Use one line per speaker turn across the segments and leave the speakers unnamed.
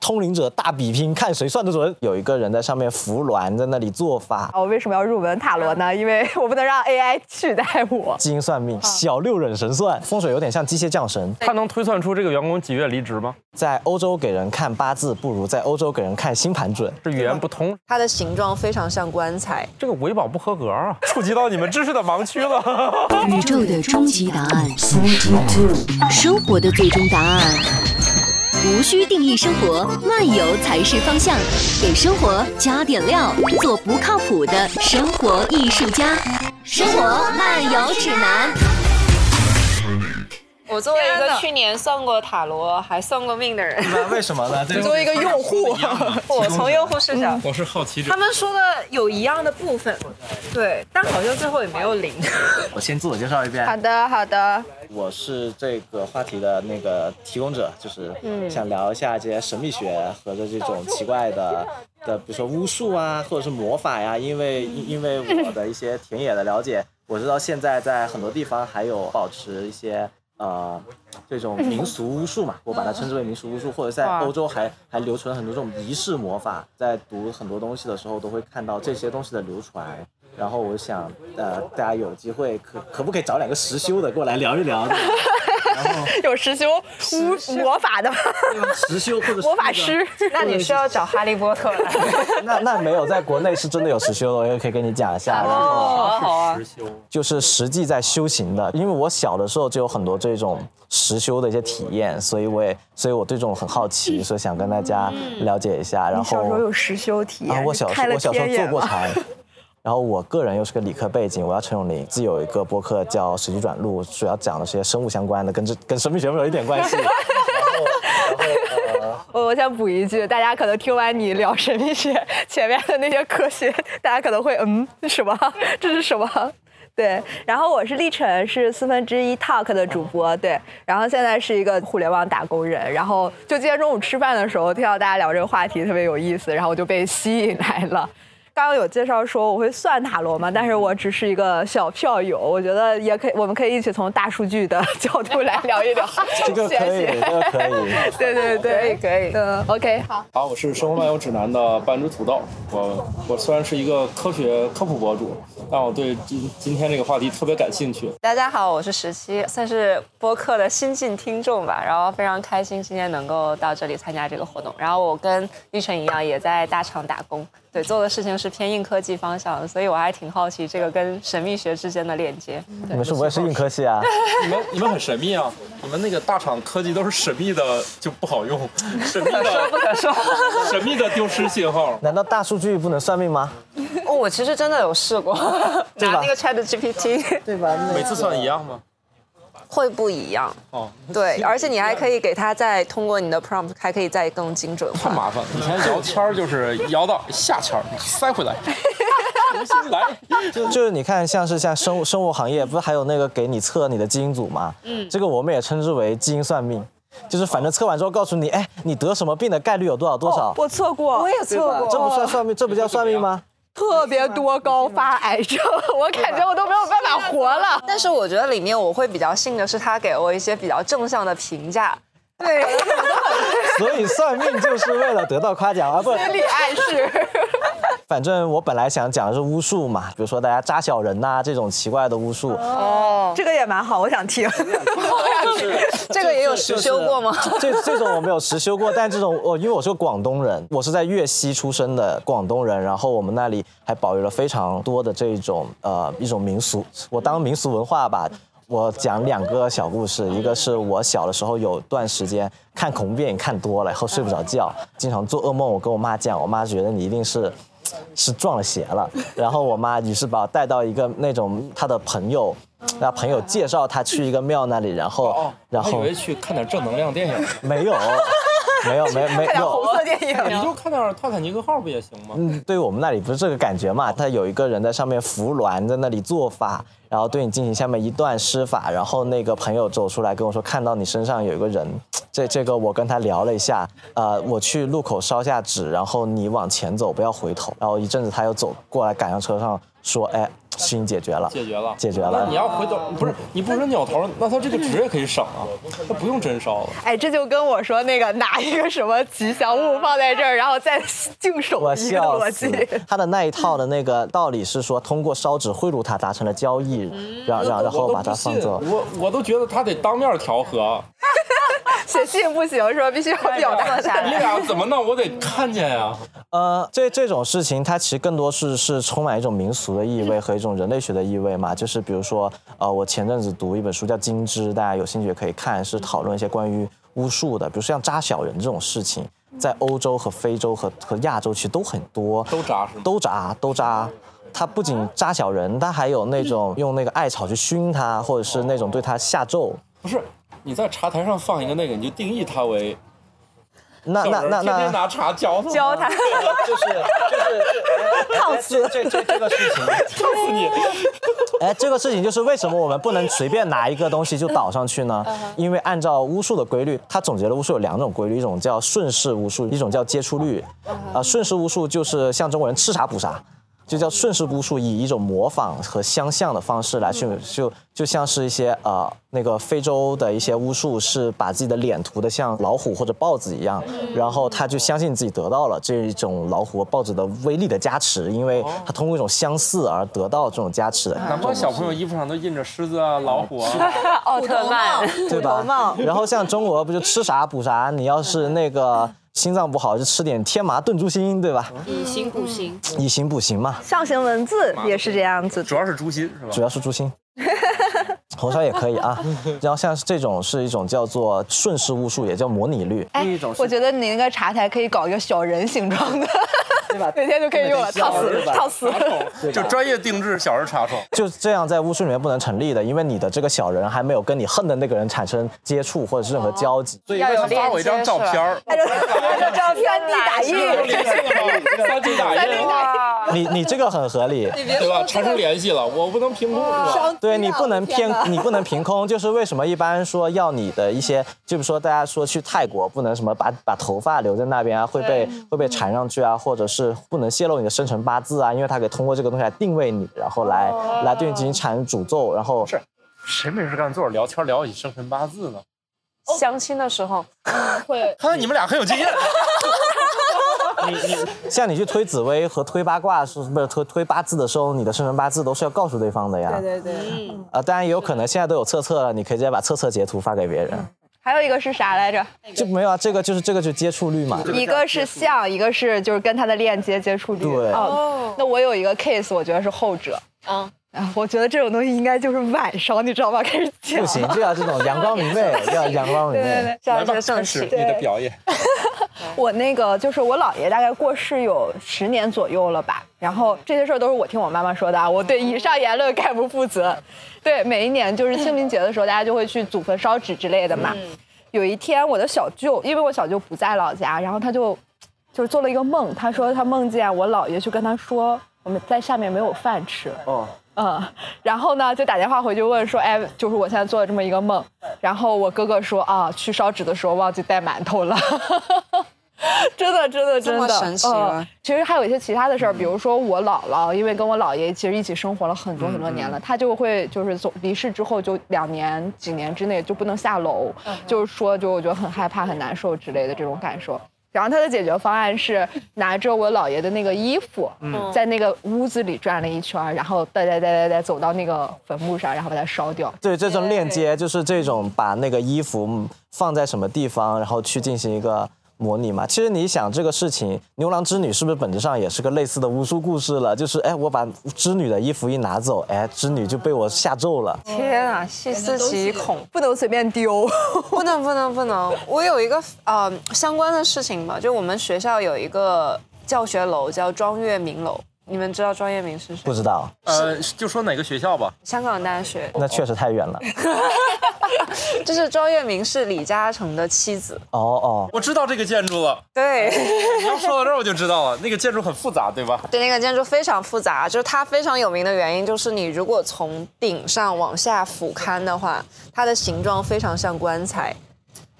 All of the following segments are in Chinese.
通灵者大比拼，看谁算得准。有一个人在上面扶鸾，在那里做法，
我哦为什么要入门塔罗呢？因 为我不能让 AI 取代我。
基因算
啊
命，小六壬神算，风水有点像机械降神。
他能推算出这个员工几月离职吗？
在欧洲给人看八字，不如在欧洲给人看星盘 准。
是语言不通，
它的形状非常像棺材。
这个维保不合格啊，触及到你们知识的盲区了。
宇宙的终极答案，生活的最终答案。无需定义生活，漫游才是方向。给生活加点料，做不靠谱的生活艺术家。生活漫游指南。
我作为一
天
个
哪
去年算过塔罗还算过命的人，
为什么呢？这
作为一个用户，
我从用户视角，
我是好奇者
他，们说的有一样的部分，对，但好像最后也没有零。
我先自我介绍一遍
好的好的，
我是这个话题的那个提供者，就是想聊一下这些神秘学和这这种奇怪的的，比如说巫术啊，或者是魔法呀、因为因因为我的一些田野的了解，我知道现在在很多地方还有保持一些呃这种民俗巫术嘛，我把它称之为民俗巫术，或者在
哇
欧洲还还留存很多这种仪式魔法。在读很多东西的时候，都会看到这些东西的流传。然后我想，呃，大家有机会可可不可以找两个实修的过来聊一聊？
有实修巫魔法的吗？
实修或者是
魔法
那个
师，
那你需要找哈利波特来。
那那没有，在国内是真的有实修的，我也可以跟你讲一
哦
下。然后
好啊好啊，
实修，
就是实际在修行的，因为我小的时候就有很多这种实修的一些体验，所以我也，所以我对这种很好
嗯
奇，所以想跟大家了解一下。然后
小时候有实修体验，
啊，我小时
开
候
了
我小时候
天眼
做过
了
禅，然后我个人又是个理科背景，我要陈永林，自己有一个播客叫《随机转录》，主要讲的是些生物相关的，跟这跟神秘学没有一点关系。
我我想补一句，大家可能听完你聊神秘学前面的那些科学，大家可能会嗯，什么？ 这是什么？对，然后我是历晨，是四分之一 Talk 的主播，对，然后现在是一个互联网打工人，然后就今天中午吃饭的时候听到大家聊这个话题特别有意思，然后我就被吸引来了。刚刚有介绍说我会算塔罗嘛，但 是我只是一个小票友，我觉得也可以，我们可以一起从大数据的角度来聊一聊
这个可以，这个可以。
对对对，可 以可以。嗯，OK，好。
好，我是《生活漫游指南》的半只土豆。我我虽然是一个科学科普博主，但我对今今天这个话题特别感兴趣。
大家好，我是十七，算是播客的新晋听众吧。然后非常开心今天能够到这里参加这个活动。然后我跟玉成一样，也在大厂打工，对，做的事情是偏硬科技方向的，所以我还挺好奇这个跟神秘学之间的链接。
你们是不会 是硬科系啊？
你们你们很神秘啊！你们那个大厂科技都是神秘的，就不好用，神秘的
不可说。
神秘的丢失信号。
难道大数据不能算命吗？
哦，我其实真的有试 过，
对吧
拿那个 Chat GPT
对吧？
每次算一样吗？
会不一样。
哦，
对，而且你还可以给它再通过你的 prompt，还可以再更精准
太
化。
麻烦了。以前摇签儿就是摇到下签儿，塞回来，重新来。
就就是你看，像是像生物生物行业，不是还有那个给你测你的基因组吗？嗯，这个我们也称之为基因算命，就是反正测完之后告诉你，哎，你得什么病的概率有多少多少，
我测过，我也测过
这不算算命，这不叫算命 吗？
特别多高发癌症，我感觉我都没有办法活了。
但是我觉得里面我会比较信的是他给我一些比较正向的评价。对，
所以算命就是为了得到夸奖 啊！不，
心理暗示，
反正我本来想讲的是巫术嘛，比如说大家扎小人呐、这种奇怪的巫术，
这个也蛮好，我想听。
这个也有实修 过吗？
这这种我没有实修 过，但这种我因为我是个广东人，我是在粤西出生的广东人，然后我们那里还保留了非常多的这种呃一种民俗，我当民俗文化吧。我讲两个小故事，一个是我小的时候有段时间看恐怖电影看多了，然后睡不着觉，经常做噩梦。我跟我妈讲，我妈觉得你一定是是撞了邪了。然后我妈于是把我带到一个那种她的朋友，那朋友介绍她去一个庙那里，然后
哦，
然
我
后
以为去看点正能量电影，
没 有，没有，没没有。
色电
你就看点《泰坦尼克号》不也行吗？
嗯，对于我们那里不是这个感觉嘛？他有一个人在上面扶鸾，在那里做法，然后对你进行下面一段施法，然后那个朋友走出来跟我说，看到你身上有一个人，这这个我跟他聊了一下，呃，我去路口烧下纸，然后你往前走，不要回头。然后一阵子他又走过来，赶上车上说，哎，事情解决了，
解决了，
解决了嗯
那你要回头不是你不是鸟头，那他这个值也可以省啊，那不用真烧了。
哎，这就跟我说那个拿一个什么吉祥物放在这儿，然后再净手
我
一个
笑
逻
死
辑。。
他的那一套的那个道理是说，通过烧纸贿赂他达成了交易，然哎然然后把他放走
嗯我都不。信我我都觉得他得当面调和，
写信不行，说必须要表达
坐下
你
来。
俩怎么弄？我得看见呀、
呃，这这种事情，它其实更多是是充满一种民俗的意味和一种人类学的意味嘛。就是比如说，呃，我前阵子读一本书叫《金枝》，大家有兴趣也可以看，是讨论一些关于巫术的，比如像扎小人这种事情，在欧洲和非洲和和亚洲其实都很多。
都扎是吗？
都扎都扎。他不仅扎小人，他还有那种用那个艾草去熏他，或者是那种对他下咒。
不是，你在茶台上放一个那个，你就定义它为
那
小
那
人
那
儿天天
那，
拿茶浇它，
教他，
就是 哎就是套死哎这这这个事 情，
烫死你！
哎，这个事情就是为什么我们不能随便拿一个东西就倒上去呢？因为按照巫术的规律，它总结了巫术有两种规律，一种叫顺势巫术，一种叫接触律。啊，顺势巫术就是像中国人吃啥补啥。就叫顺势巫术，以一种模仿和相像的方式来去，就就像是一些呃那个非洲的一些巫术，是把自己的脸涂的像老虎或者豹子一样，然后他就相信自己得到了这一种老虎和豹子的威力的加持，因为他通过一种相似而得到这种加持。
难怪小朋友衣服上都印着狮子啊、老虎啊。
奥特曼，
对吧？然后像中国不就吃啥补啥，你要是那个心脏不好就吃点天麻炖猪心，对吧？
以形补形，
以形补形嘛，
象形文字也是这样子的。
主要是诛心是吧
主？要是猪心。红烧也可以啊，然后像是这种是一种叫做顺势巫术，也叫模拟律。
哎，我觉得你那个茶台可以搞一个小人形状的，对 吧？每天就可以用了，烫死，烫死。
就专业定制小人茶宠，
就这样在巫术里面不能成立的，因为你的这个小人还没有跟你恨的那个人产生接触或者是任何交集。
所以他发我一张照片儿，
按照照片地打印，
三 D 打印，
你你这个很合理，
对吧？产生联系了，我不能凭空是吧？
哎
对你不能偏，你不能凭空。就是为什么一般说要你的一些，就比如说大家说去泰国不能什么把把头发留在那边啊，会被会被缠上去啊，或者是不能泄露你的生辰八字啊，因为他可以通过这个东西来定位你，然后来、
哦
来对你进行产生诅咒，然后
是谁没事干坐着聊天聊起生辰八字呢？
相亲的时候，
看来你们俩很有经验。
像你去推紫薇和推八卦是不是推推八字的时候，你的生辰八字都是要告诉对方的呀。对
对对。
啊，当然也有可能现在都有测测了，你可以直接把测测截图发给别人，
还有一个是啥来着？
就没有啊，这个就是这个就接触率嘛。
一个是像，一个是就是跟他的链接接触率。
对
哦，那我有一个 case，我觉得是后者。
嗯
啊，我觉得这种东西应该就是晚上，你知道吗？开始讲
不。 行，就要这种阳光明媚，要阳光明
啊对对
媚
对。
叫
来
一
吧，开
个正
始你
题。
的表演。
我那个就是我姥爷大概过世有十年左右了吧，然后这些事儿都是我听我妈妈说的啊，我对以上言论概不负责。 对，每一年就是清明节的时候，大家就会去祖坟烧纸之类的嘛。有一天我的小舅，因为我小舅不在老家，然后他就就是做了一个梦，他说他梦见我姥爷去跟他说我们在下面没有饭吃。
哦，
嗯，然后呢，就打电话回去问说，哎，就是我现在做了这么一个梦，然后我哥哥说啊，去烧纸的时候忘记带馒头了， 真的，真的，
这
真
么
的，
神奇吗嗯
嗯其实还有一些其他的事儿，比如说我姥姥，因为跟我姥爷其实一起生活了很多很多
嗯
年了，他就会就是走离世之后就两年几年之内就不能下楼，
嗯
就是说就我觉得很害怕很难受之类的这种感受。然后他的解决方案是拿着我姥爷的那个衣服，
嗯
在那个屋子里转了一圈儿，然后带带带带带走到那个坟墓上，然后把它烧掉。
对，这种链接就是这种把那个衣服放在什么地方，然后去进行一个模拟嘛。其实你想这个事情，牛郎织女是不是本质上也是个类似的巫术故事了？就是哎，我把织女的衣服一拿走，哎，织女就被我下咒了。
天啊，细思极恐！
不能随便丢，
不能不能不能！我有一个呃相关的事情吧，就我们学校有一个教学楼叫庄月明楼，你们知道庄月明是谁
不？知道，
呃，就说哪个学校吧，
香港大学，
那确实太远了。
就是庄月明是李嘉诚的妻子。
哦哦，
我知道这个建筑了。
对，
你要说到这儿我就知道了，那个建筑很复杂，对吧？
对，那个建筑非常复杂，就是它非常有名的原因，就是你如果从顶上往下俯瞰的话，它的形状非常像棺材。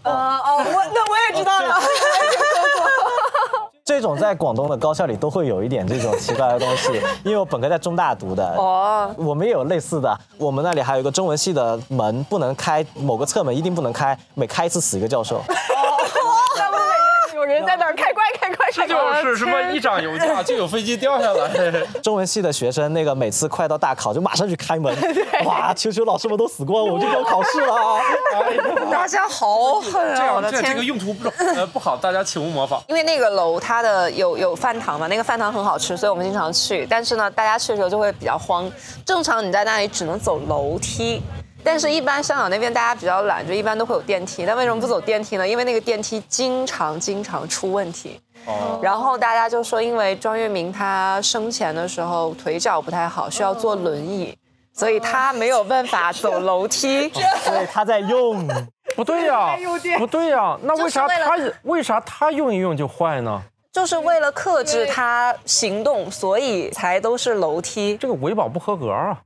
哦，我那我也知道了。
这这种在广东的高校里都会有一点这种奇怪的东西，因为我本科在中大读的，
哦，
我们也有类似的，我们那里还有一个中文系的门不能开，某个侧门一定不能开，每开一次死一个教授。
那不是有人在那儿开关开关，
这就是什么一涨油价就有飞机掉下 来。
中文系的学生那个每次快到大考就马上去开门，哇，球球老师们都死光，我们就不用考试了啊。
大家好狠
这
啊！
样
我的
这这个
天。
用途不呃不好，大家请勿模仿。
因为那个楼它的有有饭堂嘛，那个饭堂很好吃，所以我们经常去。但是呢，大家去的时候就会比较慌。正常你在那里只能走楼梯，但是一般香港那边大家比较懒，就一般都会有电梯。但为什么不走电梯呢？因为那个电梯经常经常出问题。
哦，
然后大家就说，因为庄月明他生前的时候腿脚不太好，需要坐轮椅，所以他没有办法走楼梯。
所以他在用，
不对呀、不对呀、那为啥
就是为
他为啥他用一用就坏呢？
就是为了克制他行动，所以才都是楼梯。
这个维保不合格啊！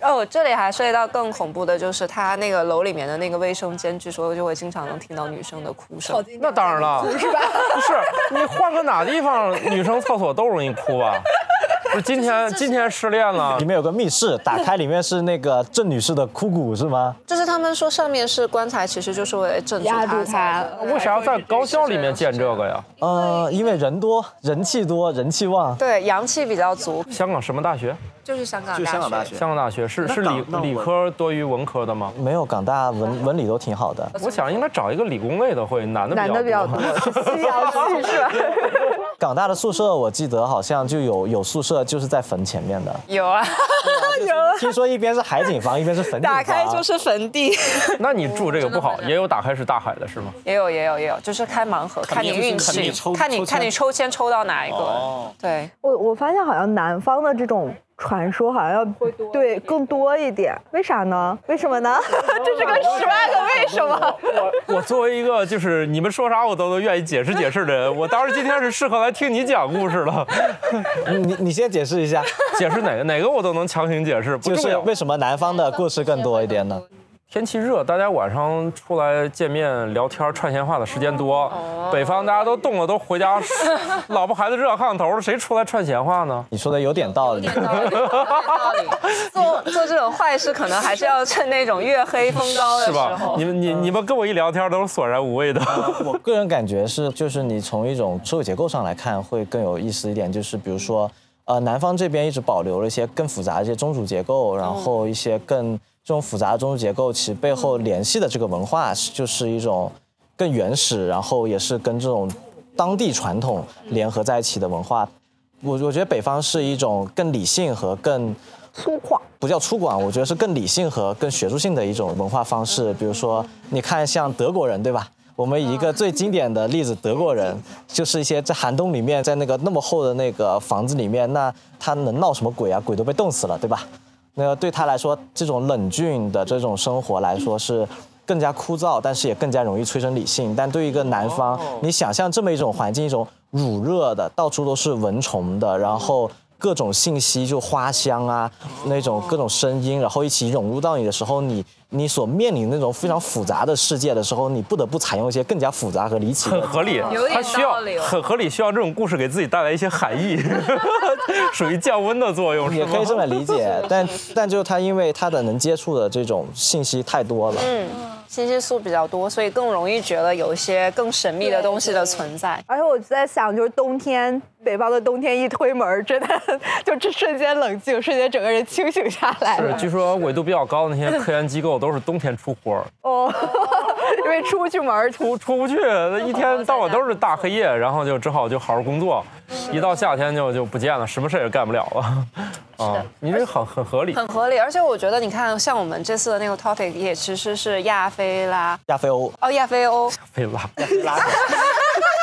哦，这里还涉及到更恐怖的，就是他那个楼里面的那个卫生间，据说就会经常能听到女生的哭声。
那当然了，
是吧？
不是你换个哪地方，女生厕所都容易哭吧？不是今天今天失恋了
里，面有个密室，打开里面是那个郑女士的枯骨是吗？
就是他们说上面是棺材，其实就是为了镇住
压
他。
住他
为啥要在高校里面建这个呀？
呃，因为人多，人气多，人气旺。
对，阳气比较足，
香港什么大学？
就是香港
就
大学。
香港大学，
香港大学是
那
是
港
理
那我
理科多于文科的吗？
没有港大文文理都挺好的，
我想应该找一个理工类的会，男的
男的比较
多
多，西洋剧是吧？
港大的宿舍我记得好像就有有宿舍就是在坟前 面的，
有啊，
听说一边是海景房，一边是坟景房。
打开就是坟地。
那你住这个不好，也有打开是大海的是吗？
也有也有也有，就是开盲盒，看你运
看
气
你抽，
看你
抽签
看你抽签抽到哪一个。
哦
对，
我我发现好像南方的这种传说好像要对更多一点，为啥呢？为什么呢？ 这是个十万个为什么。
我作为一个就是你们说啥我都都愿意解释解释的人，我当然今天是适合来听你讲故事了，
你你你先解释一下，
解释哪个哪个我都能强行解释，不
就
重
是
要。
为什么南方的故事更多一点呢？
天气热，大家晚上出来见面聊天串闲话的时间多，
哦
北方大家都冻了，都回家，老婆孩子热炕头了，谁出来串闲话呢？
你说的有点道理。
做做这种坏事，可能还是要趁那种月黑风高的
是
时
吧？
候哦
你。们你你们跟我一聊天都是索然无味的。
我个人感觉是，就是你从一种社会结构上来看，会更有意思一点。就是比如说，呃，南方这边一直保留了一些更复杂的一些宗族结构，然后一些更这种复杂的宗族结构，其背后联系的这个文化是，就是一种更原始，然后也是跟这种当地传统联合在一起的文化。我我觉得北方是一种更理性和更
粗犷，
不叫粗犷，我觉得是更理性和更学术性的一种文化方式。比如说，你看像德国人，对吧？我们以一个最经典的例子，德国人就是一些在寒冬里面，在那个那么厚的那个房子里面，那他能闹什么鬼啊？鬼都被冻死了，对吧？那个对他来说，这种冷峻的这种生活来说是更加枯燥，但是也更加容易催生理性。但对于一个南方，你想象这么一种环境，一种乳热的，到处都是蚊虫的，然后各种信息，就花香啊，那种各种声音，然后一起涌入到你的时候，你你所面临那种非常复杂的世界的时候，你不得不采用一些更加复杂和离奇的
很合理
有，点
他需要
道理哦
很合理，需要这种故事给自己带来一些含义， 属于降温的作用，是
也
吗
可以这么理解，但但就是他，因为他的能接触的这种信息太多了，
信息素比较多，所以更容易觉得有一些更神秘的东西的存在。
而且我就在想，就是冬天，北方的冬天一推门，真的 就这瞬间冷静，瞬间整个人清醒下来
是，
了。
据说纬度比较高的那些科研机构都是冬天出活 儿，
哦，因为出去门
出出不去，那一天到晚都是大黑夜，然后就只好就好好工作，一到夏天就就不见了，什么事儿也干不了 了。啊，你这个很很合理，
很合理，而且我觉得你看，像我们这次的那个 topic 也其实是亚非拉
亚非欧
哦，亚非欧，
被拉拉。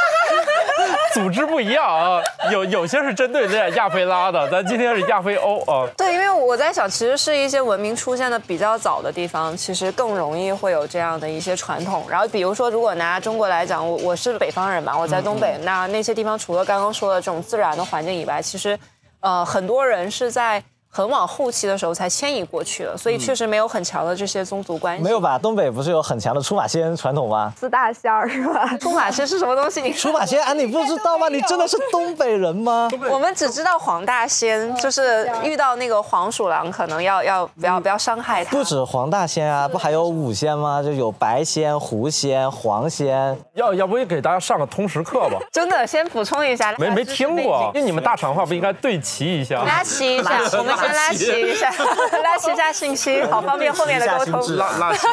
组织不一样啊，有有些是针对那亚非拉的，咱今天是亚非欧啊。
对，因为我在想，其实是一些文明出现的比较早的地方，其实更容易会有这样的一些传统。然后，比如说，如果拿中国来讲，我我是北方人嘛，我在东北，那那些地方除了刚刚说的这种自然的环境以外，其实，呃，很多人是在。很往后期的时候才迁移过去的，所以确实没有很强的这些宗族关系。
没有吧？东北不是有很强的出马仙传统吗？
四大仙儿是吧？
出马仙是什么东西？你
出马仙，哎安，你不知道吗？你真的是东北人吗？
我们只知道黄大仙，就是遇到那个黄鼠狼，可能要要不要不要伤害它
不。止黄大仙啊，不还有五仙吗？就有白仙、狐仙、黄仙。
要要不给大家上个通识课吧？
真的，先补充一下，
没没听过，因为你们大厂话不应该对齐一下吗？
拉齐一下，我们先拉齐一下， 拉齐一下信息，好方便后面的沟通。
拉
拉稀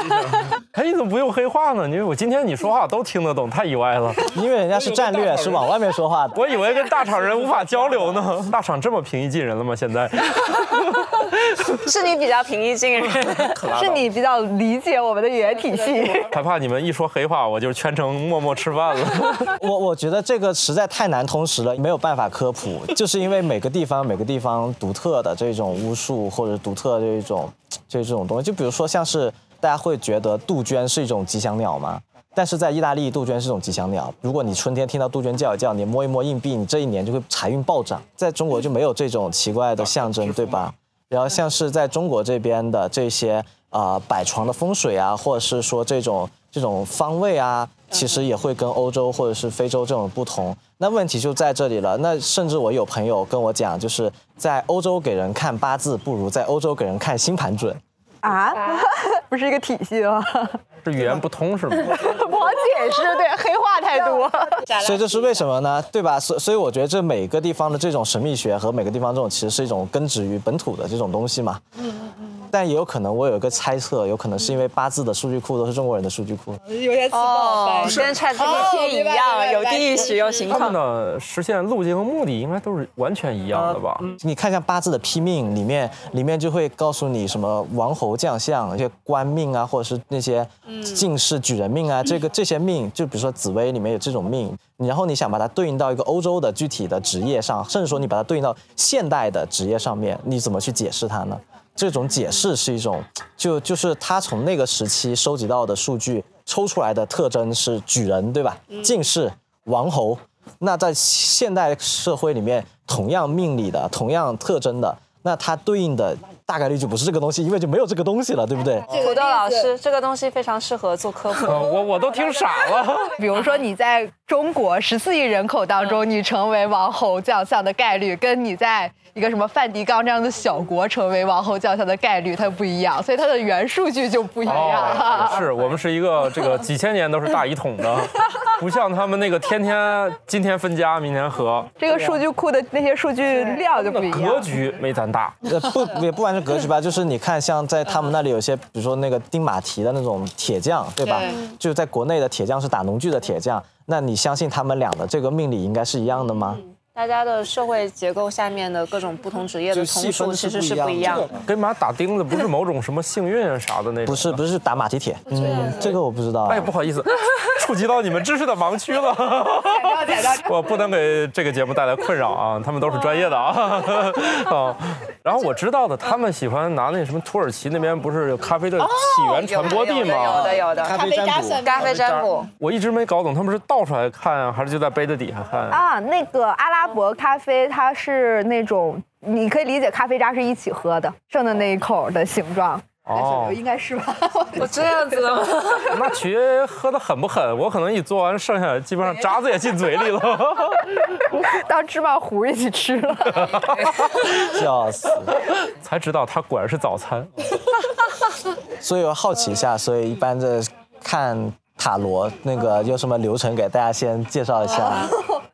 哎，你怎么不用黑话呢？你我今天你说话都听得懂，太意外了。
因为人家是战 略，是往外面说话的。
我以为跟大厂人无法交流呢。 大厂这么平易近人了吗？现在
是你比较平易近人，
是你比较理解我们的语言体系。
害怕你们一说黑话，我就全程默默吃饭了。
我我觉得这个实在太难通识了，没有办法科普，就是因为每个地方每个地方独特的这种巫术或者独特的这种这种东西，就比如说像是大家会觉得杜鹃是一种吉祥鸟吗？但是在意大利，杜鹃是一种吉祥鸟。如果你春天听到杜鹃叫一叫，你摸一摸硬币，你这一年就会财运暴涨。在中国就没有这种奇怪的象征，对吧？然后像是在中国这边的这些呃摆床的风水啊，或者是说这种这种方位啊，其实也会跟欧洲或者是非洲这种不同。那问题就在这里了。那甚至我有朋友跟我讲，就是在欧洲给人看八字，不如在欧洲给人看星盘准。
啊， 不是一个体系吗？
是语言不通是吗？
不好解释，对，黑话太多。
所以这是为什么呢？对吧？所所以我觉得这每个地方的这种神秘学和每个地方这种其实是一种根植于本土的这种东西嘛。但也有可能，我有一个猜测，有可能是因为八字的数据库都是中国人的数据库。
有点自爆
哦
吧，？
跟 ChatGPT 一样，有地域使用情
他们
况。
的实现路径和目的应该都是完全一样的吧？
你看一下八字的批命里面，里面就会告诉你什么王侯将相、那些官命啊，或者是那些进士举人命啊，这个这些命，就比如说紫薇里面有这种命，然后你想把它对应到一个欧洲的具体的职业上，甚至说你把它对应到现代的职业上面，你怎么去解释它呢？这种解释是一种，就就是他从那个时期收集到的数据抽出来的特征是举人对吧？进士、王侯。那在现代社会里面，同样命理的、同样特征的，那它对应的大概率就不是这个东西，因为就没有这个东西了，对不 对？
土豆老师，这个东西非常适合做科普。
呃我我都听傻了。
比如说你在中国十四亿人口当中，你成为王侯将相的概率，跟你在一个什么梵蒂冈这样的小国成为王侯将相的概率它不一样，所以它的原数据就不一样。
哦，也是我们是一个这个几千年都是大一统的，不像他们那个天天今天分家明天合，
这个数据库的那些数据量就不一样。
格局没咱大。
呃，不也不完全格局吧，就是你看，像在他们那里有些，比如说那个钉马蹄的那种铁匠，对吧？就是在国内的铁匠是打农具的铁匠，那你相信他们俩的这个命理应该是一样的吗？
大家的社会结构下面的各种不同职业的
就细
从
分
属
是
其
不一
实是
样
不一样的。
跟马打钉子不是某种什么幸运啊啥的那种，
不是，不是打马蹄铁，嗯，这个我不知道。
哎，不好意思， 触及到你们知识的盲区了。我不能给这个节目带来困扰啊，他们都是专业的啊。啊，然后我知道的，他们喜欢拿那什么土耳其那边不是有咖啡的起源传播地
有的有
吗？
的有的，
咖啡加算
咖啡占卜。
我一直没搞懂，他们是倒出来看啊还是就在杯子底下看啊？
啊，那个阿拉伯咖啡，它是那种你可以理解咖啡渣是一起喝的，剩的那一口的形状。
哦，
应该是吧？
我这样子的吗？
那曲喝的狠不狠？我可能一做完，剩下基本上渣子也进嘴里了。
当芝麻糊一起吃了。
笑死！
才知道它果然是早餐。
所以我好奇一
嗯
下，所以一般这看塔罗那个有什么流程，给大家先介绍一
啊
下。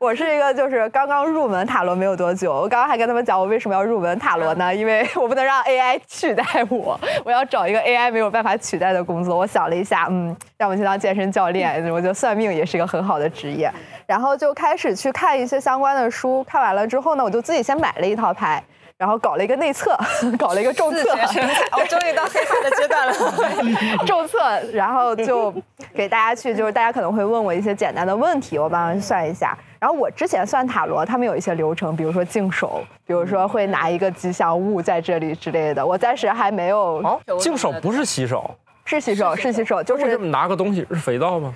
我是一个就是刚刚入门塔罗没有多久，我刚刚还跟他们讲我为什么要入门塔罗呢？因为我不能让 AI 取代我，我要找一个 AI 没有办法取代的工作。我想了一下，嗯，让我去当健身教练，我觉得算命也是一个很好的职业。然后就开始去看一些相关的书，看完了之后呢，我就自己先买了一套牌。然后搞了一个内测， 搞了一个重测，
我终于到黑化的阶段了。
重测，然后就给大家去，就是大家可能会问我一些简单的问题，我帮忙算一下。然后我之前算塔罗，他们有一些流程，比如说净手，比如说会拿一个吉祥物在这里之类的。我暂时还没有，
哦，净手不是洗手，
是洗手，是洗手，就
为什
是
么拿个东西是肥皂吗？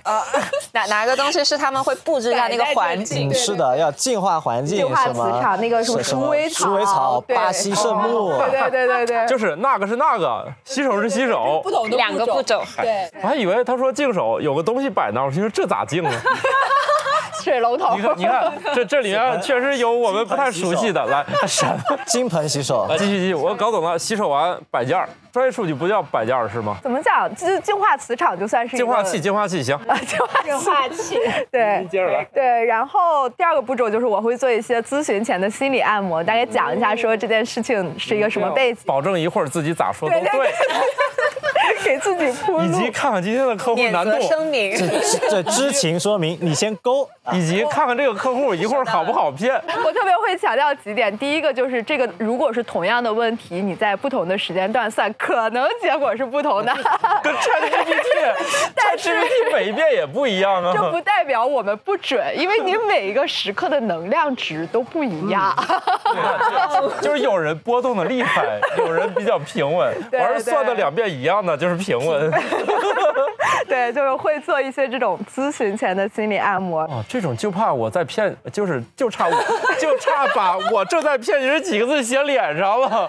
哪哪个东西是他们会布置一下那个环境
嗯，？是的，要净化环境，
净化
是吗
磁场那个什么
是什么
鼠尾草
鼠尾草、
对
巴西圣木，
对对对对对，
就是那个是那个，洗手是洗手
不。懂的
两个步骤
对，
我还以为他说净手有个东西摆那儿，我心说这咋净啊？
水龙头
你。看，你看，这这里面确实有我们不太熟悉的。来，什么？
金盆洗手
呃
来，继续继续，我搞懂了，洗手完摆件儿，专业术语不叫摆件儿是吗？
怎么讲？就是净化磁场就算是一个
净化器，净化器行。
啊，净化
净化器，
对
接着来。
对。然后第二个步骤就是我会做一些咨询前的心理按摩，大概讲一下说这件事情是一个什么背景，
保证一会儿自己咋说都
对
对，
给自己铺
以及
路。
看看今天的客户
免
难度
责，声明。
这知情说明，你先勾。
以及看看这个客户一会儿好啊不好 骗。
我特别会强调几点，第一个就是这个，如果是同样的问题，你在不同的时间段算，可能结果是不 同的。
跟 ChatGPT，ChatGPT 每一遍也不一样
这
啊。
不代表我们不准，因为你每一个时刻的能量值都不一样。
嗯
就是有人波动的厉害，有人比较平稳。我
对
要是算的
对
两遍一样的，就是平稳。
对，就是会做一些这种咨询前的心理按摩。
哦，这种就怕我在骗，就是就差我 就差把我正在骗你这几个字写脸上了。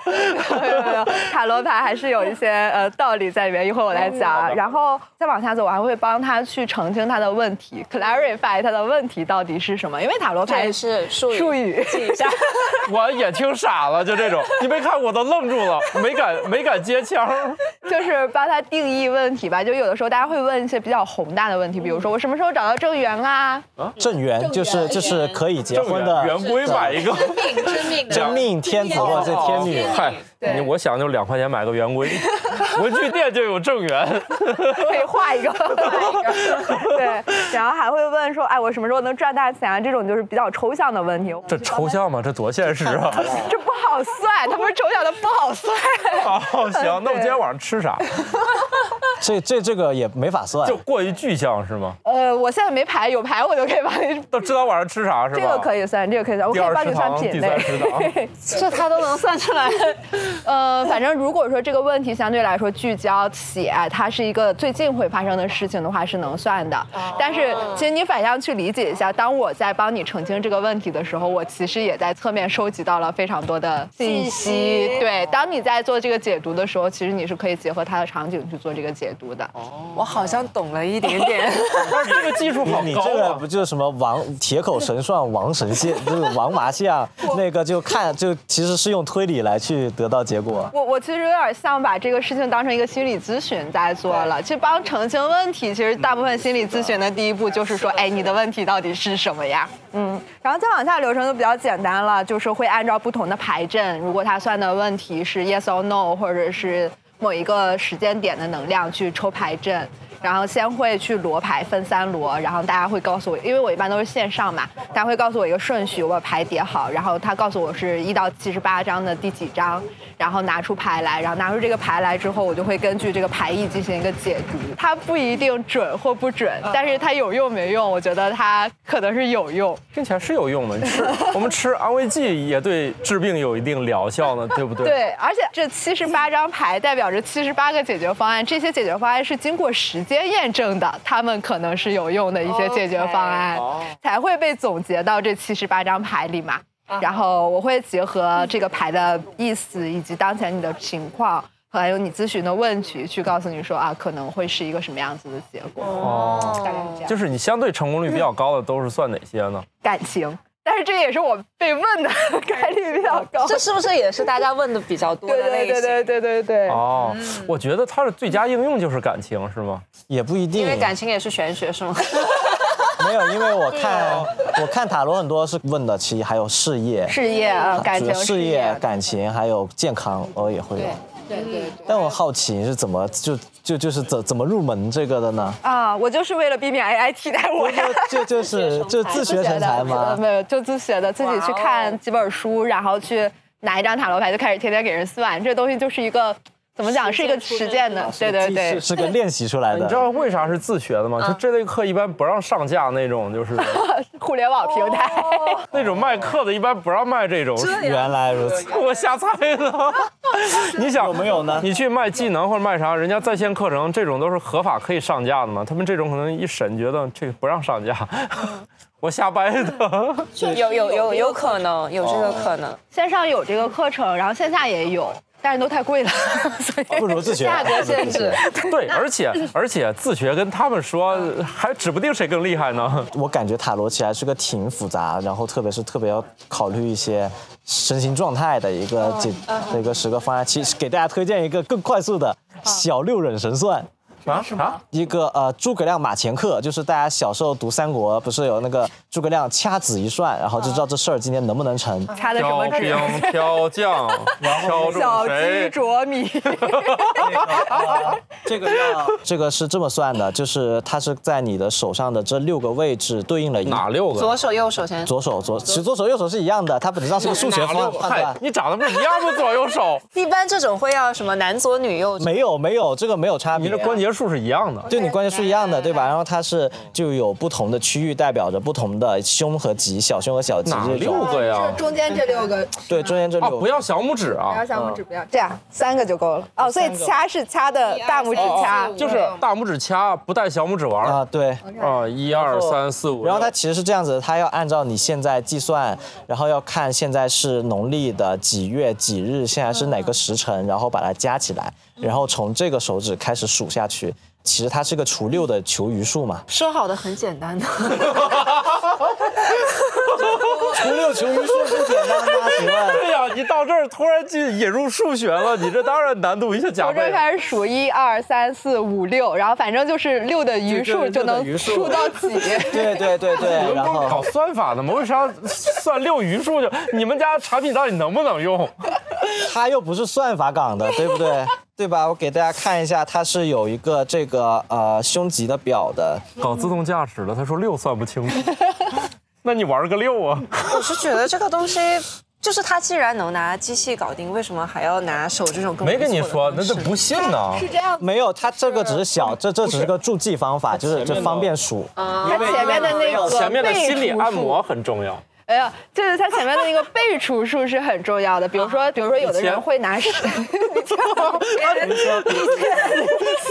没有没有塔罗牌还是有一些呃道理在里面，一会儿我来
嗯
讲。然后再往下走，我还会帮他去澄清他的问题，clarify 他的问题到底是什么，因为塔罗
这
牌
也是术语，
术语。
记一下。
我也听傻了，就这种，你没看我都愣住了，没敢没敢接腔儿。
就是帮他定义问题吧，就有的时候大家会问一些比较宏大的问题，比如说我什么时候找到正缘啊？
正缘就是就是可以结
正
婚
圆
的
圆规买一个。
命真命的
真命天子或者是天女。
嗨，
哦对
你我想就两块钱买个圆 规，文具店就有正圆。
可以画一个，对，然后还会问说，哎，我什么时候能赚大钱啊？这种就是比较抽象的问题，
这抽象吗？这多现实啊！
这不好算，他们抽象的不好算。
好，哦行，那我今天晚上吃啥？
这这这个也没法 算
就。过于具象是吗？
呃，我现在没牌，有牌我就可以帮你，
都知道晚上吃啥是吧？
这个可以算，这个可以算，我可
第
以
二
帮
食
你算
堂、第
品
三
类。
食 堂。
这他都能算出来，
呃，反正如果说这个问题相对来说聚焦且它是一个最近会发生的事情的话，是能算的。但是其实你反向去理解一下，当我在帮你澄清这个问题的时候，我其实也在侧面收集到了非常多的信息。对，当你在做这个解读的时候，其实你是可以结合它的场景去做这个解读的。
我好像懂了一点 点。
但是这个技术好
你你这
高
个
啊！
不就是什么王铁口神算王神蟹，就是王麻 将，那个就看就其实是用推理来去得到结果。
我我其实有点像把这个事情当成一个心理咨询在做了，其实帮澄清问题，其实大部分心理咨询嗯的第一步就是说，哎，你的问题到底是什么呀？嗯，然后再往下流程就比较简单了，就是会按照不同的牌阵，如果他算的问题是 yes or no，或者是某一个时间点的能量去抽牌阵。然后先会去罗牌，分三罗，然后大家会告诉我，因为我一般都是线上嘛，大家会告诉我一个顺序，我把牌叠好，然后他告诉我是一到七十八张的第几张，然后拿出牌来，然后拿出这个牌来之后，我就会根据这个牌意进行一个解读，它不一定准或不准，但是它有用没用，我觉得它可能是有用。
听起来是有用的，你吃我们吃安慰剂也对治病有一定疗效 呢，对不对？。
对，而且这七十八张牌代表着七十八个解决方案，这些解决方案是经过时间验证的，他们可能是有用的一些解决方案哦才会被总结到这七十八张牌里嘛。
啊
然后我会结合这个牌的意思以及当前你的情况。还有你咨询的问题，去告诉你说啊，可能会是一个什么样子的结果，
哦，
大概是这样。
就是你相对成功率比较高的都是算哪些呢？
感情，但是这也是我被问的 概率比较高。
这是不是也是大家问的比较多的
对对
类
对
型？
对对对对。嗯
哦，我觉得它的最佳应用就是感情，是吗？
也不一定，
因为感情也是玄学，是吗？
没有，因为我看我看塔罗很多是问的，其实还有事业。
事业啊，感
主
情
要事业、感情还有健康，我也会有。
对对
但我好奇是怎么就就就是怎怎么入门这个的呢？
啊，我就是为了避免 AI 替代我呀。
就就是就自学成才
呃
吗？
没有，就自学的，自己去看几本书，然后去拿一张塔罗牌，就开始天天给人算。这东西就是一个怎么讲，是一个实践的，对对对
是，是个练习出来
你知
的。
道为啥是自学的吗？
嗯
就这类课一般不让上架那 种，就是
互联网平台。
那种卖课的，一般不让卖这种。
原来如此，
我瞎猜的。你想
有没有呢
你去卖技能或者卖啥，人家在线课程这种都是合法可以上架的嘛，他们这种可能一审觉得这个不让上架， 我瞎掰的。
有有有有可能有这个可能，
线上有这个课程，然后线下也有，但是都太贵了， 所以
啊不如自学。
价格限制。
对，而且而且自学跟他们说，还指不定谁更厉害呢。
我感觉塔罗其实还是个挺复杂，然后特别是特别要考虑一些身心状态的一个解的一个十个方案。其实给大家推荐一个更快速的小六壬神算。
啊啊！
一个呃诸葛亮马前课，就是大家小时候读三国，不是有那个诸葛亮掐指一算，然后就知道这事儿今天能不能成。
擦的什
挑
么纸？
兵挑将，
小
挑中
鸡
谁？
啄米，
这个要这个是这么算的，就是它是在你的手上的这六个位置对应了一
哪六个？
左手右手先，
左手左，其实左手右手是一样的，它本质上是个数学
哪六
方
个？
判
嗨
断，。
你长得不一样吗？左右手，
一般这种会要什么男左女右？
没有没有，这个没有差别。
你这关节数是一样的。
对你关节是一样的，对吧？然后它是就有不同的区域代表着不同的胸和脊，小胸和小脊
哪
这
六
种。
个呀？
中间这六个，
对，中间这
啊，
六
不
个。
要小拇指
不
啊
要，
嗯
想拇指，不要
这样
三个就够了。
哦，所以掐是掐的大拇指
哦
掐，
就是大拇指掐，不带小拇指玩儿
啊，对。
啊。一二三四五，
然后它
六
其实是这样子的，它要按照你现在计算，然后要看现在是农历的几月几日，现在是哪个时辰，然后把它加起来，然后从这个手指开始数下去。其实它是个除六的求余数嘛，
说好的很简单的，
除六求余数不简单吗？请问？
对呀，你到这儿突然就引入数学了，你这当然难度一下 加
从这
倍。
开始数一二三四五六，然后反正就是六的余数就能数到 几。
对对对对，然后
搞算法呢吗？为啥算六余数就？你们家产品到底能不能用？
它又不是算法岗的，对不对？对吧？我给大家看一下，它是有一个这个呃胸级的表的，
搞自动驾驶了，他说六算不清楚， 那你玩个六啊？
我是觉得这个东西。就是他既然能拿机器搞定，为什么还要拿手这种更
没跟你
猥琐的
说，
方
那
式
都不信呢。
没有，它这个只是小，这这只是个助记方法，就是就方便数。
它前面的那个
前面的
倍
心理
除
按
数
摩很重要。
哎呀，就是它前面的那个倍除数是很重要的。比如说，比如说有的人会拿十， 你听 我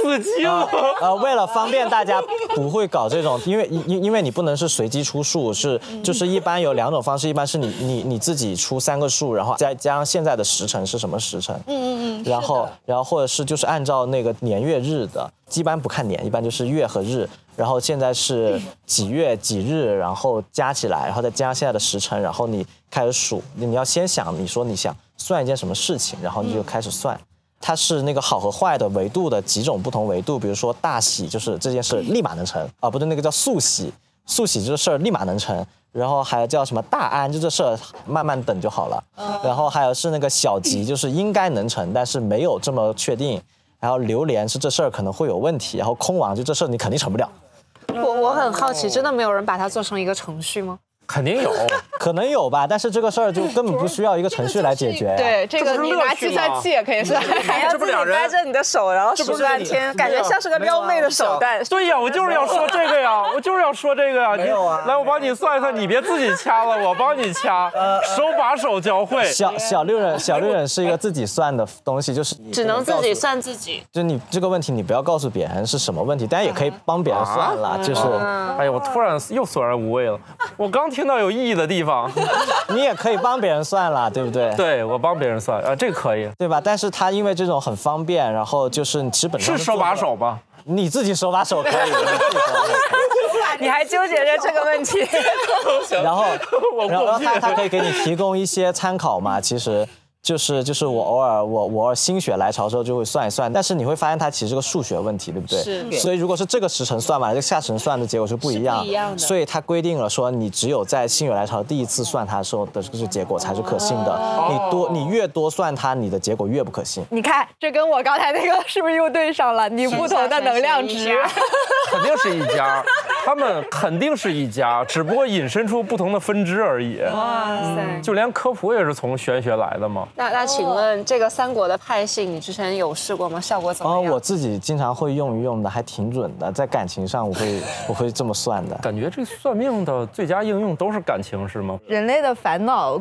死机了。
呃，为了方便大家不会搞这种，因为因因为你不能是随机出数，是就是一般有两种方式，一般是你你你自己出三个数，然后再加上现在的时辰是什么时辰，嗯嗯嗯，然后然后或者是就是按照那个年月日的，一般不看年，一般就是月和日，然后现在是几月几日，然后加起来，然后再加上现在的时辰，然后你开始数，你要先想，你说你想算一件什么事情，然后你就开始算。它是那个好和坏的维度的几种不同维度，比如说大喜就是这件事立马能成啊，不对，那个叫速喜，速喜这事儿立马能成，然后还有叫什么大安，就这事儿慢慢等就好了，
嗯
然后还有是那个小吉，就是应该能成，但是没有这么确定，然后榴莲是这事儿可能会有问题，然后空王就这事儿你肯定成不了，
我我很好奇，真的没有人把它做成一个程序吗？
肯定有，
可能有吧，但是这个事儿就根本不需要一个程序来解决、，啊
对这
这
个
不是
你
乐
拿
趣
计算
吗
器也可以 算。
还哎要自己掰着你的手，然后数半天，感觉像是个撩妹的手段。
对呀，我就是要说这个呀，我就是要说这个呀。
没有啊
你来，我帮你算一算，你别自己掐了，我帮你掐，
啊
手把手教会。
小小六壬小六壬是一个自己算的东西，就是你
只能
不告诉
自己算自己，
就你这个问题，你不要告诉别人是什么问题，当然也可以帮别人算了。就是
哎呀，我突
哦
然又索然无味了。我刚听到有意义的地方，
你也可以帮别人算了，对不对？
对我帮别人算啊，这个可以，
对吧？但是他因为这种很方便，然后就是其实本质上
是手把
做不
手 吗？
到，你自己手把手可以，你自己手把手可
你还纠结着这个问 题，
以。然后
我
然后
过
他他可
去。
以给你提供一些参考嘛，其实。就是就是我偶尔我我偶尔心血来潮的时候就会算一算，但是你会发现它其实是个数学问题，对不对？
是
所以如果是这个时辰算完，这个下时辰算的结果是不一样。
是不一样的
所以它规定了说，你只有在心血来潮第一次算它的时候的这个结果才是可信的。
哦
你多你越多算它，你的结果越不可信。
你看，这跟我 刚才那个是不是又对上了？你不同的能量值，
肯定是一家。他们肯定是一家，只不过引申出不同的分支而已。
哇塞！
就连科普也是从玄学来的嘛。
嗯那那请问这个三国的派系，你之前有试过吗？效果怎
哦，
么样？
我自己经常会用一用的，还挺准的，在感情上我会我会这么算的。
感觉这算命的最佳应用都是感情，是吗？
人类的烦恼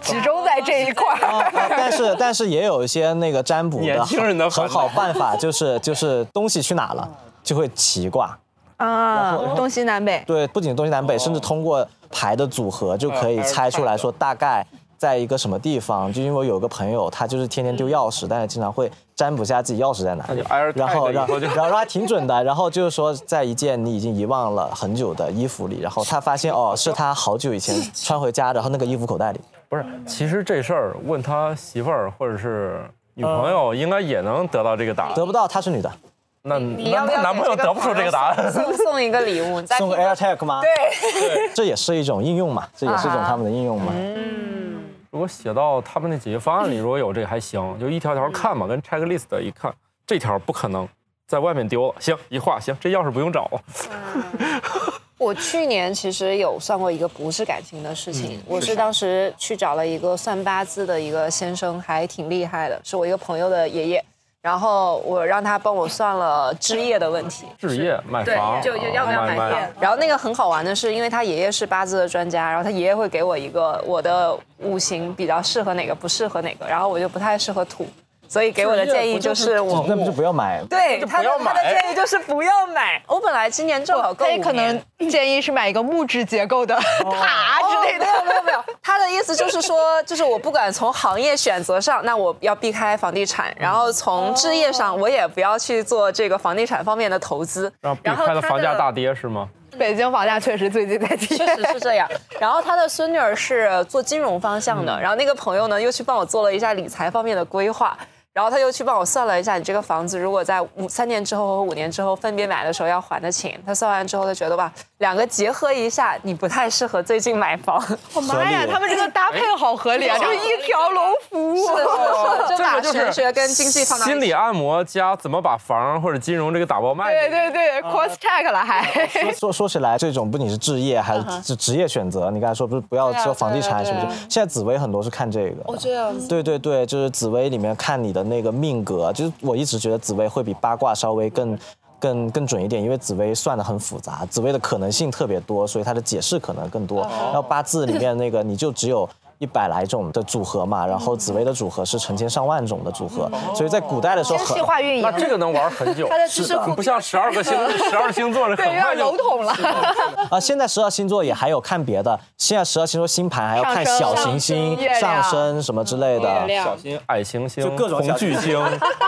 集中在这一块 儿。
啊但是 但是也有一些那个占卜的
年轻人的
很
烦恼
好办法，就是就是东西去哪了就会奇卦。
啊，东西南北。
对，不仅东西南北，甚至通过牌的组合就
啊
可以猜出来说大概在一个什么地方。就因为我有个朋友，他就是天天丢钥匙，但是经常会占卜下自己钥匙在哪里
那就挨着，
然后
看着
然
以
后
后就
然后他挺准的，然后就是说在一件你已经遗忘了很久的衣服里，然后他发现哦是他好久以前穿回家，然后那个衣服口袋里。
不是，其实这事儿问他媳妇儿或者是女朋友，
嗯
应该也能得到这个答案。
得不到，她是女的，
那
你要
那
不要
那男朋友
给这
得
个
不出这个答案。
送送一个礼物，你再
送个
哎
AirTag 吗？对，这也是一种应用嘛，这也是一种他们的应用嘛。
如果写到他们那解决方案里，如果有这个还行，就一条
嗯
条看嘛，跟 checklist 一看，这条不可能，在外面丢了，行，一划，行，这钥匙不用找了。
我去年其实有算过一个不是感情的事情，我嗯是当时去找了一个算八字的一个先生，还挺厉害的，是我一个朋友的爷爷。然后我让他帮我算了置业的问题，
置业买房，
就就要不要
啊
买
卖
房
卖？
然后那个很好玩的是，因为他爷爷是八字的专家，然后他爷爷会给我一个我的五行比较适合哪个，不适合哪个，然后我就不太适合土，所以给我的建议就是我
那不就不要买？
对
就
他
不
的
要
他的
买
建议就是不要买。我本来今年正好够
他也
五
可能
年 哦
建议是买一个木质结构的塔之类的。
没有没有没有，他的意思就是说，就是我不管从行业选择上，那我要避开房地产，然后从置业上，我也不要去做这个房地产方面的投资。
然后避
然后
开了
他
房价
的
大跌是吗？
北京房价确实最近在跌，
确实是这样。然后他的孙女儿是做金融方向
嗯
的，然后那个朋友呢又去帮我做了一下理财方面的规划，然后他又去帮我算了一下，你这个房子如果在五三年之后和五年之后分别买的时候要还的钱。他算完之后，他觉得吧，两个结合一下，你不太适合最近买房。
我妈呀，
合理哎
他们这个搭配好合理啊，就是一条龙服务。
就把
就
玄
是
学跟经济放到一
心理啊
起。
按摩加怎么把房或者金融这个打包卖？
啊
对对对，cross
啊
check 了还。
说说说起来，这种不仅是置业，还有职职业选择。你刚才说不是不要
嗯对啊
说房地产
对
什
啊
么什
对啊
么，现在紫薇很多是看这个。
哦，这样子。
对对对，就是紫薇里面看你的那个命格，就是我一直觉得紫薇会比八卦稍微更。更更准一点，因为紫薇算的很复杂，紫薇的可能性特别多，所以它的解释可能更多。
哦
然后八字里面那个你就只有一百来种的组合嘛，然后紫薇的组合是成千上万种的组合，
嗯
所以在古代的时候很
细化运
那
营，
这个能玩很 久，
他的知识库
不像十二个星十二星座 是
对有
很快
点
就
笼统了。
啊，现在十二星座也还有看别的，现在十二星座星盘还要看
上升
小行星
上升月、亮嗯
上升什么之类的，
小心
矮行星、
就各种
红
小
巨星、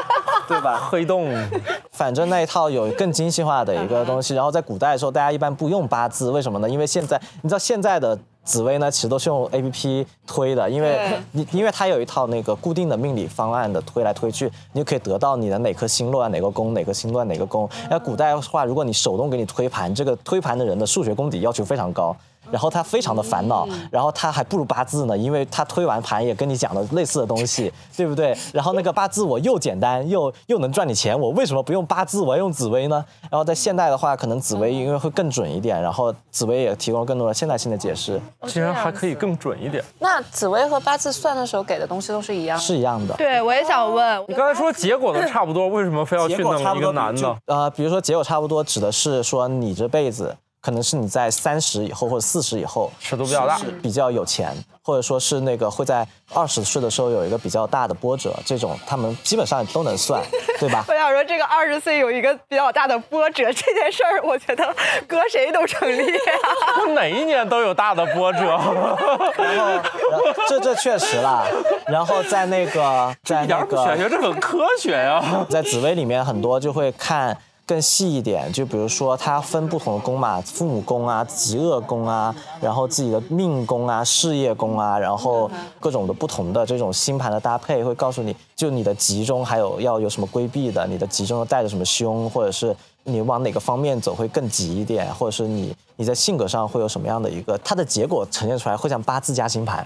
对吧？
黑洞，
哦
反正那一套有更精细化的一个东西。然后在古代的时候，大家一般不用八字，为什么呢？因为现在你知道现在的紫薇呢，其实都是用 A P P 推的，因为你因为它有一套那个固定的命理方案的推来推去，你就可以得到你的哪颗星落在啊哪个宫，哪个星落在哪个宫。那古代的话，如果你手动给你推盘，这个推盘的人的数学功底要求非常高。然后他非常的烦恼，然后他还不如八字呢，因为他推完盘也跟你讲了类似的东西，对不对？然后那个八字我又简单又又能赚你钱，我为什么不用八字，我要用紫薇呢？然后在现代的话，可能紫薇因为会更准一点，然后紫薇也提供了更多的现代性的解释，
竟然还可以更准一点。
那紫薇和八字算的时候给的东西都是一样的。
是一样的。
对，我也想
哦
问，
你刚才说结果都差不多，为什么非要去
结果差
弄
不
一
多
个男
就
的？
呃，比如说结果差不多，指的是说你这辈子可能是你在三十以后或者四十以后
尺度比较大
是比较有钱，或者说是那个会在二十岁的时候有一个比较大的波折，这种他们基本上都能算，对吧？
我想说这个二十岁有一个比较大的波折这件事儿，我觉得搁谁都成立、啊
我 哪一年都有大的波
哎
折，
然后，然后这这确实啦。然后在那个在
一点
那
儿不
个
玄学，这很科学 呀。
在紫薇里面很多就会看更细一点，就比如说它分不同的宫嘛，父母宫啊、极恶宫啊，然后自己的命宫啊、事业宫啊，然后各种的不同的这种星盘的搭配，会告诉你就你的集中还有要有什么规避的，你的集中带着什么凶，或者是。你往哪个方面走会更急一点，或者是
哦
你你在性格上会有什么样的一个，它的结果呈现出来会像八字加星盘，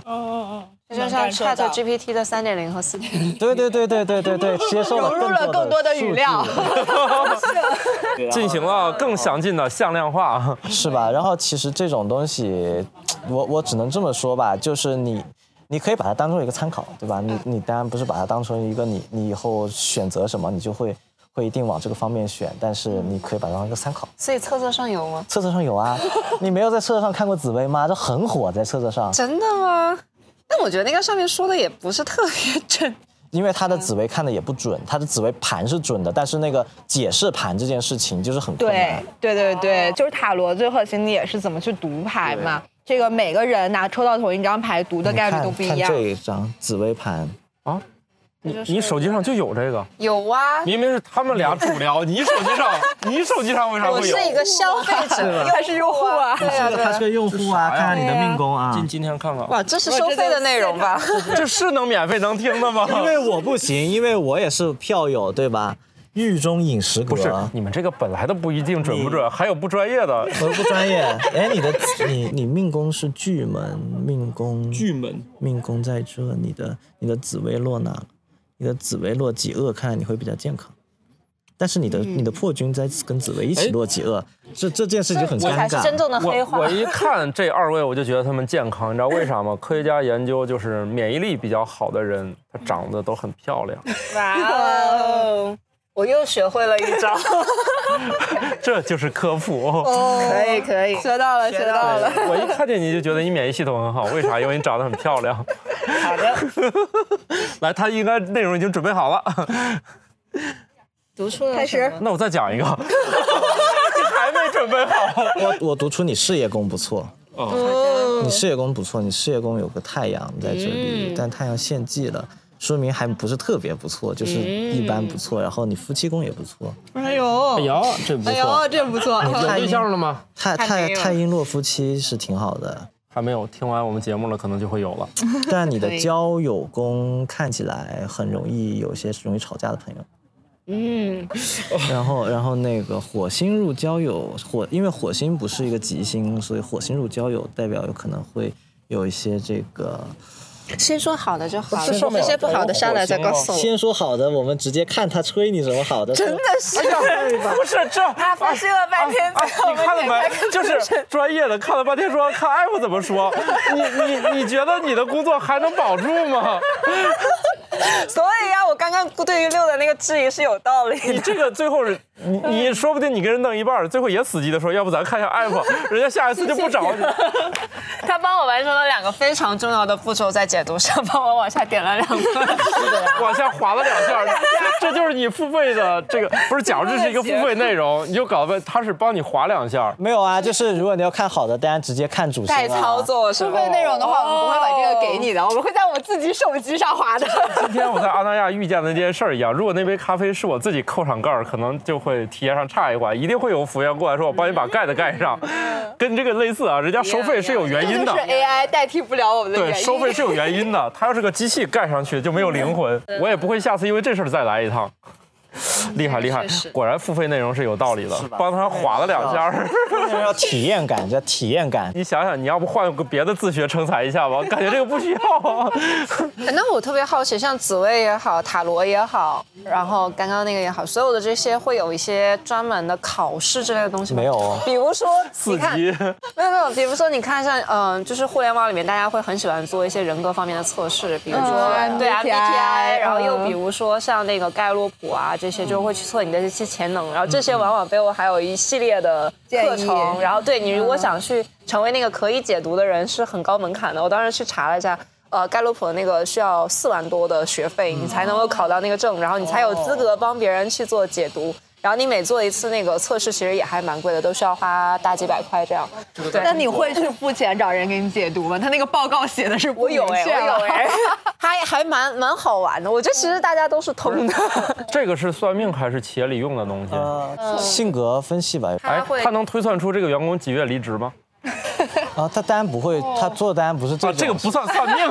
就像 Chat GPT 的三点零和四点 零，
对对对对对对对，接受了
融入了更多的语料
数据。
对
啊
进行了更详尽的向量化。
是吧？然后其实这种东西，我我只能这么说吧，就是你。你可以把它当做一个参考，对吧？你你当然不是把它当成一个你你以后选择什么，你就会会一定往这个方面选，但是你可以把它当一个参考。
所以测测上游吗？
册子上有啊，你没有在册子上看过紫薇吗？这很火，在册子上，
真的吗？但我觉得那个上面说的也不是特别准。
因为他的紫薇看的也不准，他的紫薇盘是准的，但是那个解释盘这件事情就是很困
对
难。
对对对，就是塔罗最核心的也是怎么去读牌嘛。这个每个人拿抽到同一张牌读的
你
概率
看
都不一
看
样。
这一张紫薇盘，
你你手机上就有这个，
有啊，
明明是他们俩主聊，你手机上你手机上为啥
我
会有
是？一个消费者，
还是用户啊？
对啊对
他
啊
是。个用户啊，看
这是啥呀
看你的命宫啊。
今今天看看，
哇，这是收费的内容吧？
这是能免费能听的吗？
因为我不行，因为我也是票友，对吧？狱中饮食阁，
不是你们这个本来都不一定准不准，还有不专业的。
我不专业。 哎，你的你你命宫是巨门，命宫
巨门
命宫在这，你的你的紫薇落哪了？你的紫薇落几恶，看来你会比较健康。但是你的、你的破军在跟紫薇一起落几恶，这这件事情就很
这
尴
才是真
尬。
正的黑
我
化
我。一看这二位，我就觉得他们健康，你知道为啥吗？科学家研究就是免疫力比较好的人，她长得都很漂亮，
哇哦！我又学会了一招，
这就是科普。
可以可以，
学到了，学到了。
我一看见你就觉得你免疫系统很好，为啥？因为你长得很漂亮。
好的。
来，他应该内容已经准备好了，
读出了
开始
什么
那我再讲一 个。你还没准备好，
我我读出你事业宫不错，你事业宫不错，你事业宫有个太阳在这里，但太阳献祭了，说明还不是特别不错，就是一般不错。然后你夫妻宫也不错，
哎呦，
呦，这不
哎呦，这不 错。哦
太阴
了吗？
太
还
太
没有
太阴落夫妻是挺好的，
还没有，听完我们节目了，可能就会有了。
但你的交友宫看起来很容易有些容易吵架的朋友。嗯， 然后然后那个火星入交友，火因为火星不是一个吉星，所以火星入交友代表有可能会有一些这个。
先说好的就好了，
这上面
这些不好的删了再告诉我。
先说好的，我们直接看他吹你什么好的。真的
不是这，他
啊发现了半天
啊你看了没？就是专业的，看了半天说看 F 怎么说。你你你觉得你的工作还能保住吗？
所以呀、我刚刚对于六的那个质疑是有道理
你
的。
这个最后是， 你你说不定你跟人弄一半儿，最后也死机的说，要不咱看一下 F，人家下一次就不找你。
他帮我完成了两个非常重要的步骤，在解读上帮我往下点了两 个。
往下滑了两下儿，这这就是你付费的这个，不是，假如这是一个付费内容，你就搞得他是帮你滑两下儿。
没有啊，就是如果你要看好的，大家直接看主星、啊。
代 操作是
付
吧？哦
费内容的话，我们不会把这个给你的，我们会在我们自己手机上划的。
今天我在阿那亚遇见的这件事儿一样，如果那杯咖啡是我自己扣上盖儿，可能就会体验上差一块，一定会有服务员过来说，我帮你把盖子盖上，跟这个类似啊，人家收费是有原因
就
的
是。AI 代替不了我们的
对，
原因。
收费是有原因的，它要是个机器盖上去就没有灵魂，
嗯
我也不会下次因为这事儿再来一趟。厉害厉害
确实，
果然付费内容是有道理的，
吧
帮他划了两下儿。
要体验感，叫体验感。
你想想，你要不换个别的自学成才一下吧？我感觉这个不需要啊。
那我特别好奇，像紫薇也好，塔罗也好，然后刚刚那个也好，所有的这些会有一些专门的考试之类的东西吗？
没有哦
比如说
四
你看，
级，
没有没有，比如说你看像嗯、就是互联网里面大家会很喜欢做一些人格方面的测试，比如说、
嗯
对
MBTI
啊 MBTI，然后又
嗯
比如说像那个盖洛普啊这些，就会去测你的这些潜能，然后这些往往背后还有一系列的
建议
课程，然后对你如果想去成为那个可以解读的人是很高门槛的，我当时去查了一下。
嗯
呃，盖洛普的那个需要四万多的学费，你才能够考到那个证，然后你才有资格帮别人去做解读。然后你每做一次那个测试，其实也还蛮贵的，都需要花大几百块这样。对，
那你会去付钱找人给你解读吗？他那个报告写的是不
我有
明
哎、
确了
我有哎、 还还蛮蛮好玩的。我觉得其实大家都是通的，
这个是算命还是企业里用的东西？
嗯
呃，性格分析吧，
他
哎
会，
他能推算出这个员工几月离职吗？
啊，他当然不会，
哦
他做的当然不是这
啊，
种
这个不算算命。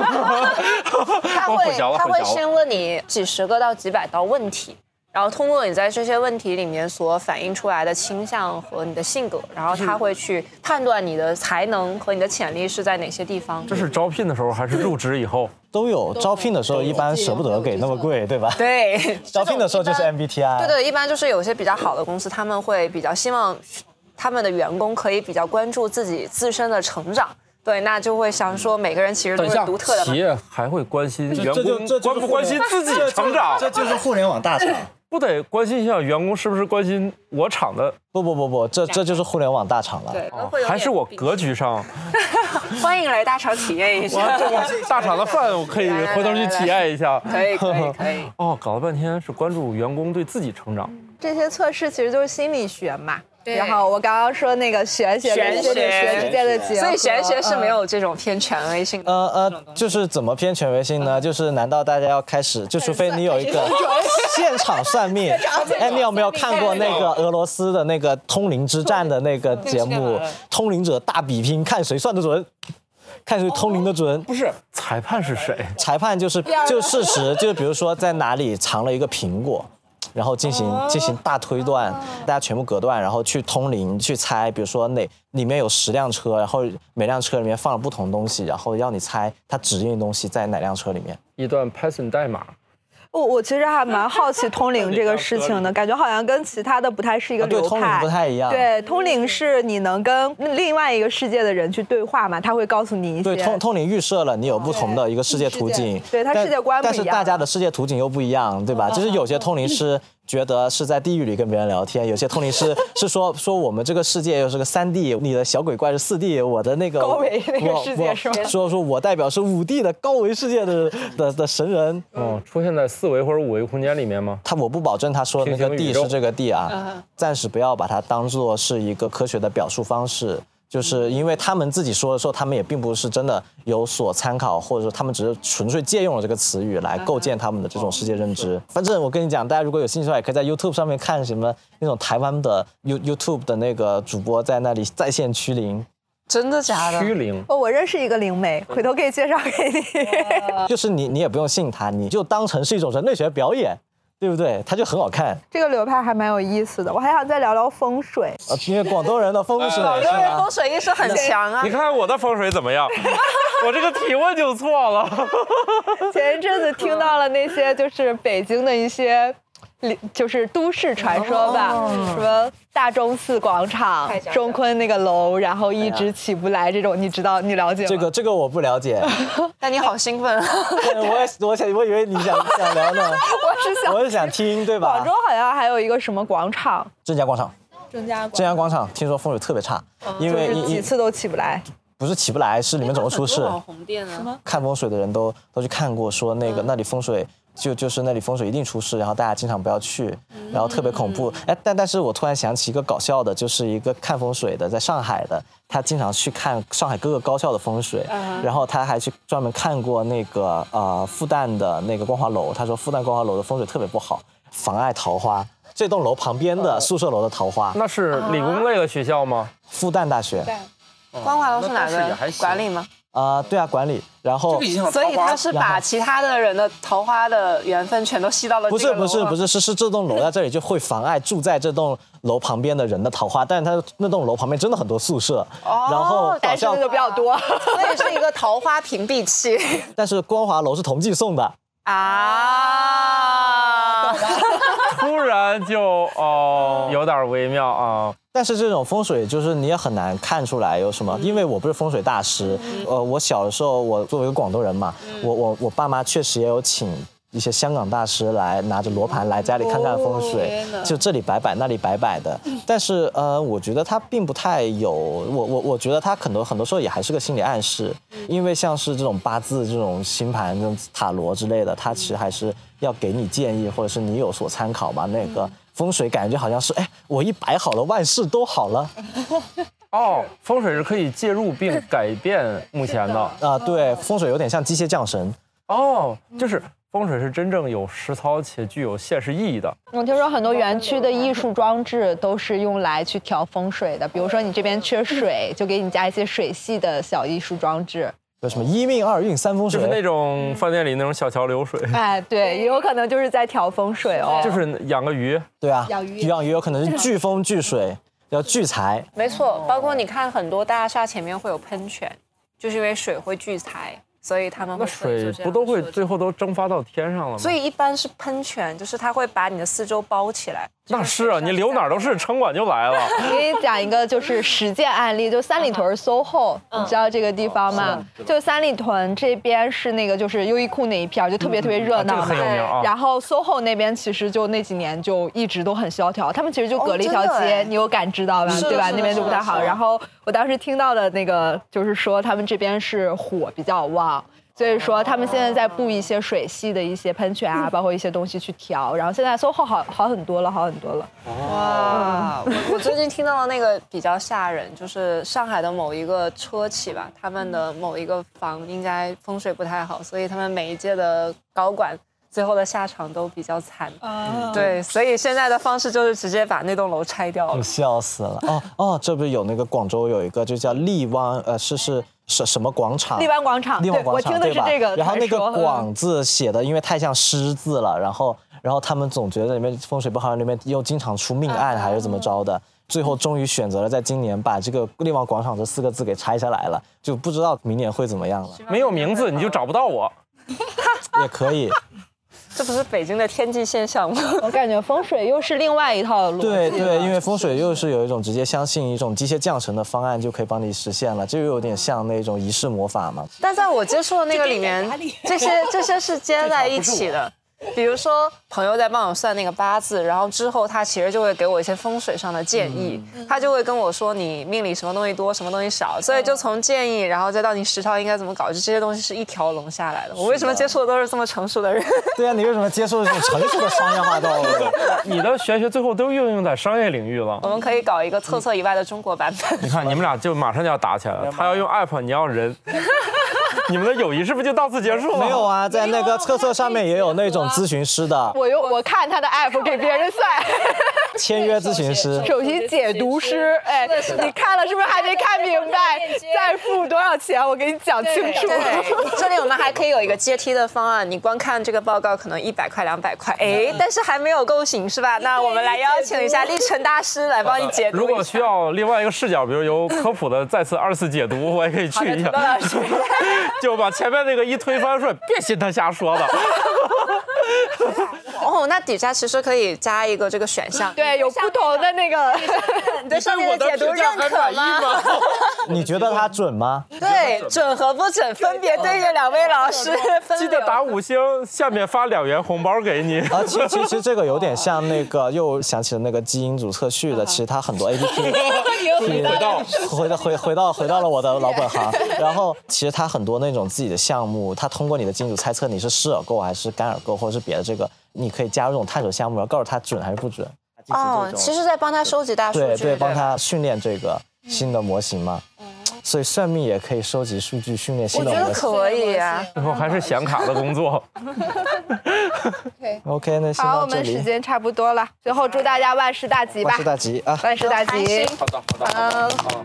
他
我
会
混淆了，
他
混
会
淆了。
先问你几十个到几百道问题，然后通过你在这些问题里面所反映出来的倾向和你的性格，然后他会去判断你的才能和你的潜力是在哪些地方。
这是招聘的时候还是入职以后？
都有招聘的时候一般舍不得给那么贵，对吧？
对，
招聘的时候就是
这种一般
MBTI。
对对，一般就是有些比较好的公司，他们会比较希望他们的员工可以比较关注自己自身的成长。对，那就会想说每个人其实都
等一
是
下
独特的嘛
企。业还会关心员
这就
工
这就是
关不关心
互联
自己成长？
这就是互联网大厂。
不得关心一下员工是不是关心我厂的，
不不不不，这这就是互联网大厂了。
对，都会有
哦还是
点
我
比
格局 上？
欢迎来大厂体验一下。
大厂的饭我可以回头去体验一下。
可以可以可以。
哦，搞了半天是关注员工对自己成长，
这些测试其实就是心理学嘛。
对
然后我刚刚说那个 玄学
玄
跟心理
学
学之间的结合，
所以玄学是没
嗯。
有这种偏权威性的。
呃呃，就是怎么偏权威性呢？就是难道大家要嗯开始，就除非你有一个 现场算命？哎，你有没有看过那个俄罗斯的那个《通灵之战》的那个节目？通灵者大比拼，看谁算得准，看谁通灵的准。
不是，
裁判是谁？
裁判就是就事实，就是比如说在哪里藏了一个苹果，然后进行
哦
进行大推断，大家全部隔断，然后去通灵去猜，比如说哪里面有十辆车，然后每辆车里面放了不同东西，然后要你猜它指定的东西在哪辆车里面。
一段 Python 代码，
我我其实还蛮好奇通灵这个事 情的，感觉好像跟其他的不太是一个
啊对
流派，
通灵不太一样
对，通灵是你能跟另外一个世界的人去对话嘛，他会告诉你一些。
对，通通灵预设了你有不同的一个世界途径，
对它
但
世界观不
但
一
是
样嗯
大家的世界途径又不一样，对吧？就是有些通灵师觉得是在地狱里跟别人聊天，有些通灵 师是说说我们这个世界又是个三 D，你的小鬼怪是四 D，我的那个
高维那个
我
世界
我
是吗
说说我代表是五 D 的高维世界的的的神人，
嗯
哦，出现在四维或者五维空间里面吗？
他我不保证他说那个
平行宇
地
宙
是这个地啊，暂时不要把它当做是一个科学的表述方式，就是因为他们自己说的时候，他们也并不是真的有所参考，或者说他们只是纯粹借用了这个词语来构建他们的这种世界认知。反正我跟你讲，大家如果有兴趣的话，也可以在 YouTube 上面看什么那种台湾的 You YouTube 的那个主播在那里在线驱灵，
真的假的？
虚灵，
哦，我认识一个灵媒，回头可以介绍给你。
就是你你也不用信他，你就当成是一种人类学表演，对不对？它就很好看。
这个流派还蛮有意思的，我还想再聊聊风水。
呃，因为广东人的风水
哎
是
因为
吧
风？水意识很强啊
你。看我的风水怎么 样？我这个提问就错了。
前一阵子听到了那些就是北京的一些。里就是都市传说吧，什么大钟寺广场
太、假了
中坤那个楼，然后一直起不来这种，你知道你了解吗？
啊这个这个我不了解，
那你好兴奋啊！
但我也我想我以为你想想聊呢，
我是想
我是想听对吧
广州？好像还有一个什么广场，
郑家广场，
郑家
郑家广场听说风水特别差，因为
嗯就是
一
几
一
次都起不来。
不是起不来，是里面总是出事。
红店啊，
看风水的人都都去看过，说那个那里风水就就是那里风水一定出事，然后大家经常不要去，然后特别恐怖。哎，但但是我突然想起一个搞笑的，就是一个看风水的，在上海的，他经常去看上海各个高校的风水，然后他还去专门看过那个呃复旦的那个光华楼，他说复旦光华楼的风水特别不好，妨碍桃花。这栋楼旁边的宿舍楼的桃花，
那是理工类的学校吗？
复旦大学，
光华楼是
那
哪
倒是也
个
还行
管理吗？
啊，对啊，管理，然后
这个影响
所以
桃花
他是把其他的人的桃花的缘分全都吸到了
不
这
是
个楼
不
啊
是不是是是这栋楼在这里就会妨碍住在这栋楼旁边的人的桃花，但是它那栋楼旁边真的很多宿舍，
哦
然后搞
单身
笑
的，就比较多，
所以是一个桃花屏蔽器
但是光华楼是同济送的，
啊。
突然就哦，有点微妙啊。
但是这种风水就是你也很难看出来有什么，因为我不是风水大师，呃，我小的时候我作为一个广东人嘛，我我我爸妈确实也有请。一些香港大师来拿着罗盘来家里看看风水，就这里摆摆那里摆摆的。但是呃，我觉得它并不太有，我我我觉得它很多很多时候也还是个心理暗示，因为像是这种八字、这种星盘、这种塔罗之类的，它其实还是要给你建议，或者是你有所参考嘛。那个风水感觉好像是，哎，我一摆好了，万事都好了。
哦，风水是可以介入并改 变目前的。
啊、对，风水有点像机械降神，
哦，就是风水是真正有实操且具有现实意义的。
我听说很多园区的艺术装置都是用来去调风水的，比如说你这边缺水，就给你加一些水系的小艺术装置，
有什么一命二运三风
就是那
水，
种饭店里那种小桥流水，
哎，对，也有可能就是在调风水哦。
就是养个鱼，
对啊，
养鱼
养鱼有可能是聚风聚 水，要聚财，
没
哦
错，包括你看很多大厦前面会有喷泉，就是因为水会聚财，所以他们会
那水
做这样的
不都会
设计
最后都蒸发到天上了吗？
所以一般是喷泉，就是它会把你的四周包起来。
那是啊，你流哪儿都是，城管就来了。
我给你讲一个就是实践案例，就三里
嗯
屯 SOHO，、你知道这个地方
哦
吗？就三里屯这边是那个就是优衣库那一片儿，就特别特别热闹
啊
嘛。
这个很有名啊
然后 SOHO 那边其实就那几年就一直都很萧条，他们其实就隔了一条
哦真的
街，
哎
你有感知到吧？
是的
对吧？
是的
那边就不太
是
好。
的
然后我当时听到的那个就是说他们这边是火比较旺。所以说，他们现在在布一些水系的一些喷泉
嗯
啊，包括一些东西去调。然后现在 SOHO 好好很多了，好很多了。
啊
哇，啊我我 最近听到的那个比较吓人，就是上海的某一个车企吧，他们的某一个房应该风水不太好，所以他们每一届的高管最后的下场都比较惨。
嗯
对，所以现在的方式就是直接把那栋楼拆掉了。
笑死了。哦哦，这不是有那个广州有一个就叫荔湾，呃，是是什什么广场？
荔湾广场，
啊荔湾
啊对
广
我
场
听的
对
是
吧？
这个传说。
然后那个
嗯
广字写的，因为太像诗字了，然后然后他们总觉得里面风水不好，里面又经常出命
嗯
案还是怎么着的。最后终于选择了在今年把这个“力旺广场”这四个字给拆下来了，就不知道明年会怎么样了。
没有名字你就找不到我。
也可以，
这不是北京的天际现象 吗？
我感觉风水又是另外一套逻辑了。
对对，因为风水又是有一种直接相信一种机械降神的方案就可以帮你实现了，这又有点像那种仪式魔法嘛。
嗯
但在我接触的那个里面
这个有压力，
这些这些是接在一起的。比如说，朋友在帮我算那个八字，然后之后他其实就会给我一些风水上的建议，他就会跟我说你命里什么东西多，什么东西少，所以就从建议，然后再到你实操应该怎么搞，就这些东西是一条龙下来的。我为什么接触的都是这么成熟的人？
对啊，你为什么接受这种成熟的商业化道路？
啊
你的玄学最后都运用在商业领域了
我。们可以搞一个测测以外的中国版本。
你看，你们俩就马上就要打起来了。他要用 app，你要 人，你们的友谊是不是就到此结束了？
没有，啊，在那个测测上面也有那
啊
种咨询师的
我又我看他的 app 给别人 算，
签约咨询师。
首席解读师，哎，你看了是不是还没看明白？再付多少钱？我给你讲清楚。
对，这里我们还可以有一个阶梯的方案。你光看这个报告可能一百块、两百块，哎，但是还没有构型是吧？那我们来邀请一下历程大师来帮你解读一下。
如果需要另外一个视角，比如由科普的再次二次解读，我也可以去一
好的
下
老师，
就把前面那个一推翻说，别信他瞎说的。
哦，那底下其实可以加一个这个选项。
对，有不同的那个，
你对上面的解读认可吗？
你觉得他准吗？
对，准和不准分别对着两位老师分
记得
流
打五星，下面发两元红包给 你。
啊，其其实这个有点像那个，又想起了那个基因组测序的，其实它很多 A P P
回到
回到回回到回到了我的老本行。然后其实它很多那种自己的项目，它通过你的基因组猜测你是湿耳垢还是干耳垢，或者是别的这个，你可以加入这种探索项目，然后告诉他准还是不准。
哦，其实在帮他收集大数据，
对对，帮
吧
他训练这个新的模型嘛。
嗯
所以算命也可以收集数据训练新
我
的
觉得
模型。
可以啊。
最后还是显卡的工作。
OK，那先
好，
到
我
这
们时
里。
间差不多了， 最后祝大家万事大吉吧
万事，大吉啊！
万事大吉。
好的，好的，好的。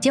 节